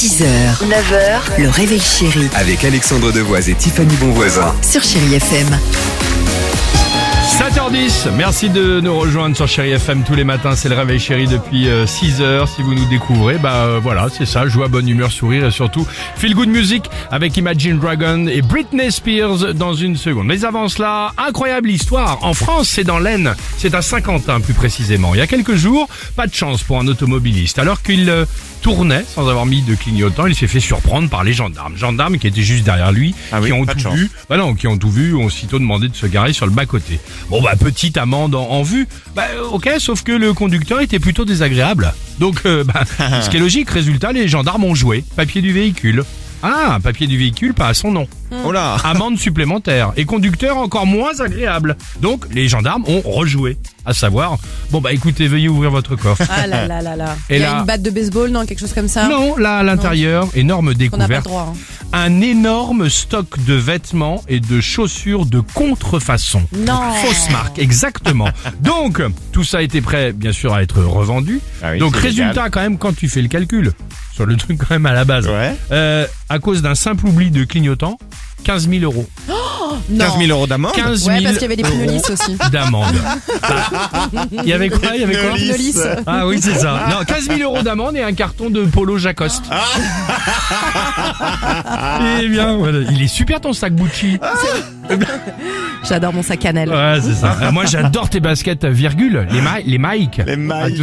6h, 9h, le réveil chéri Avec Alexandre Devoise et Tiffany Bonvoisin. sur Chérie FM. 7h10, merci de nous rejoindre sur Chéri FM tous les matins, c'est le réveil chéri depuis 6h. Si vous nous découvrez, bah euh, voilà, c'est ça, joie, bonne humeur, sourire et surtout feel good music avec Imagine Dragon et Britney Spears dans une seconde. Mais avant cela, incroyable histoire. En France, c'est dans l'Aisne, c'est à Saint-Quentin plus précisément. Il y a quelques jours, pas de chance pour un automobiliste. Alors qu'il euh, tournait sans avoir mis de clignotant, il s'est fait surprendre par les gendarmes. Gendarmes qui étaient juste derrière lui, Ah qui oui, ont pas de tout chance. vu vu. Bah non, qui ont tout vu, ont aussitôt demandé de se garer sur le bas-côté. Bon bah petite amende en, en vue. Bah ok, sauf que le conducteur était plutôt désagréable. Donc euh, bah, ce qui est logique, résultat, les gendarmes ont joué. Papier du véhicule. Ah, papier du véhicule, pas à son nom. Oh là Amende supplémentaire. Et conducteur encore moins agréable. Donc les gendarmes ont rejoué. À savoir, bon bah écoutez, veuillez ouvrir votre coffre. Ah là là là là. Et Il y a là- une batte de baseball, non Quelque chose comme ça Non, là à l'intérieur, énorme Ah. On n'a pas le découverte. droit. hein. un énorme stock de vêtements et de chaussures de contrefaçon. Non. Fausse marque, exactement. Donc, tout ça était prêt, bien sûr, à être revendu. Ah oui, Donc, c'est légal. résultat, quand même, quand tu fais le calcul, sur le truc quand même à la base, Ouais. euh, à cause d'un simple oubli de clignotant, 15 000 euros. Oh. Non. 15 000 euros d'amende 15 000 Ouais, parce qu'il y avait des pneus lisses aussi. d'amende. Bah, Il y avait quoi Il y avait quoi Des Pneus lisses. ah oui, c'est ça. Non, 15 000 euros d'amende et un carton de polo Jacoste. eh bien, voilà. il est super ton sac Gucci. J'adore mon sac cannelle. Ouais, c'est ça. Ah, moi, j'adore tes baskets à virgule, les, ma- les Mike. Les mailles.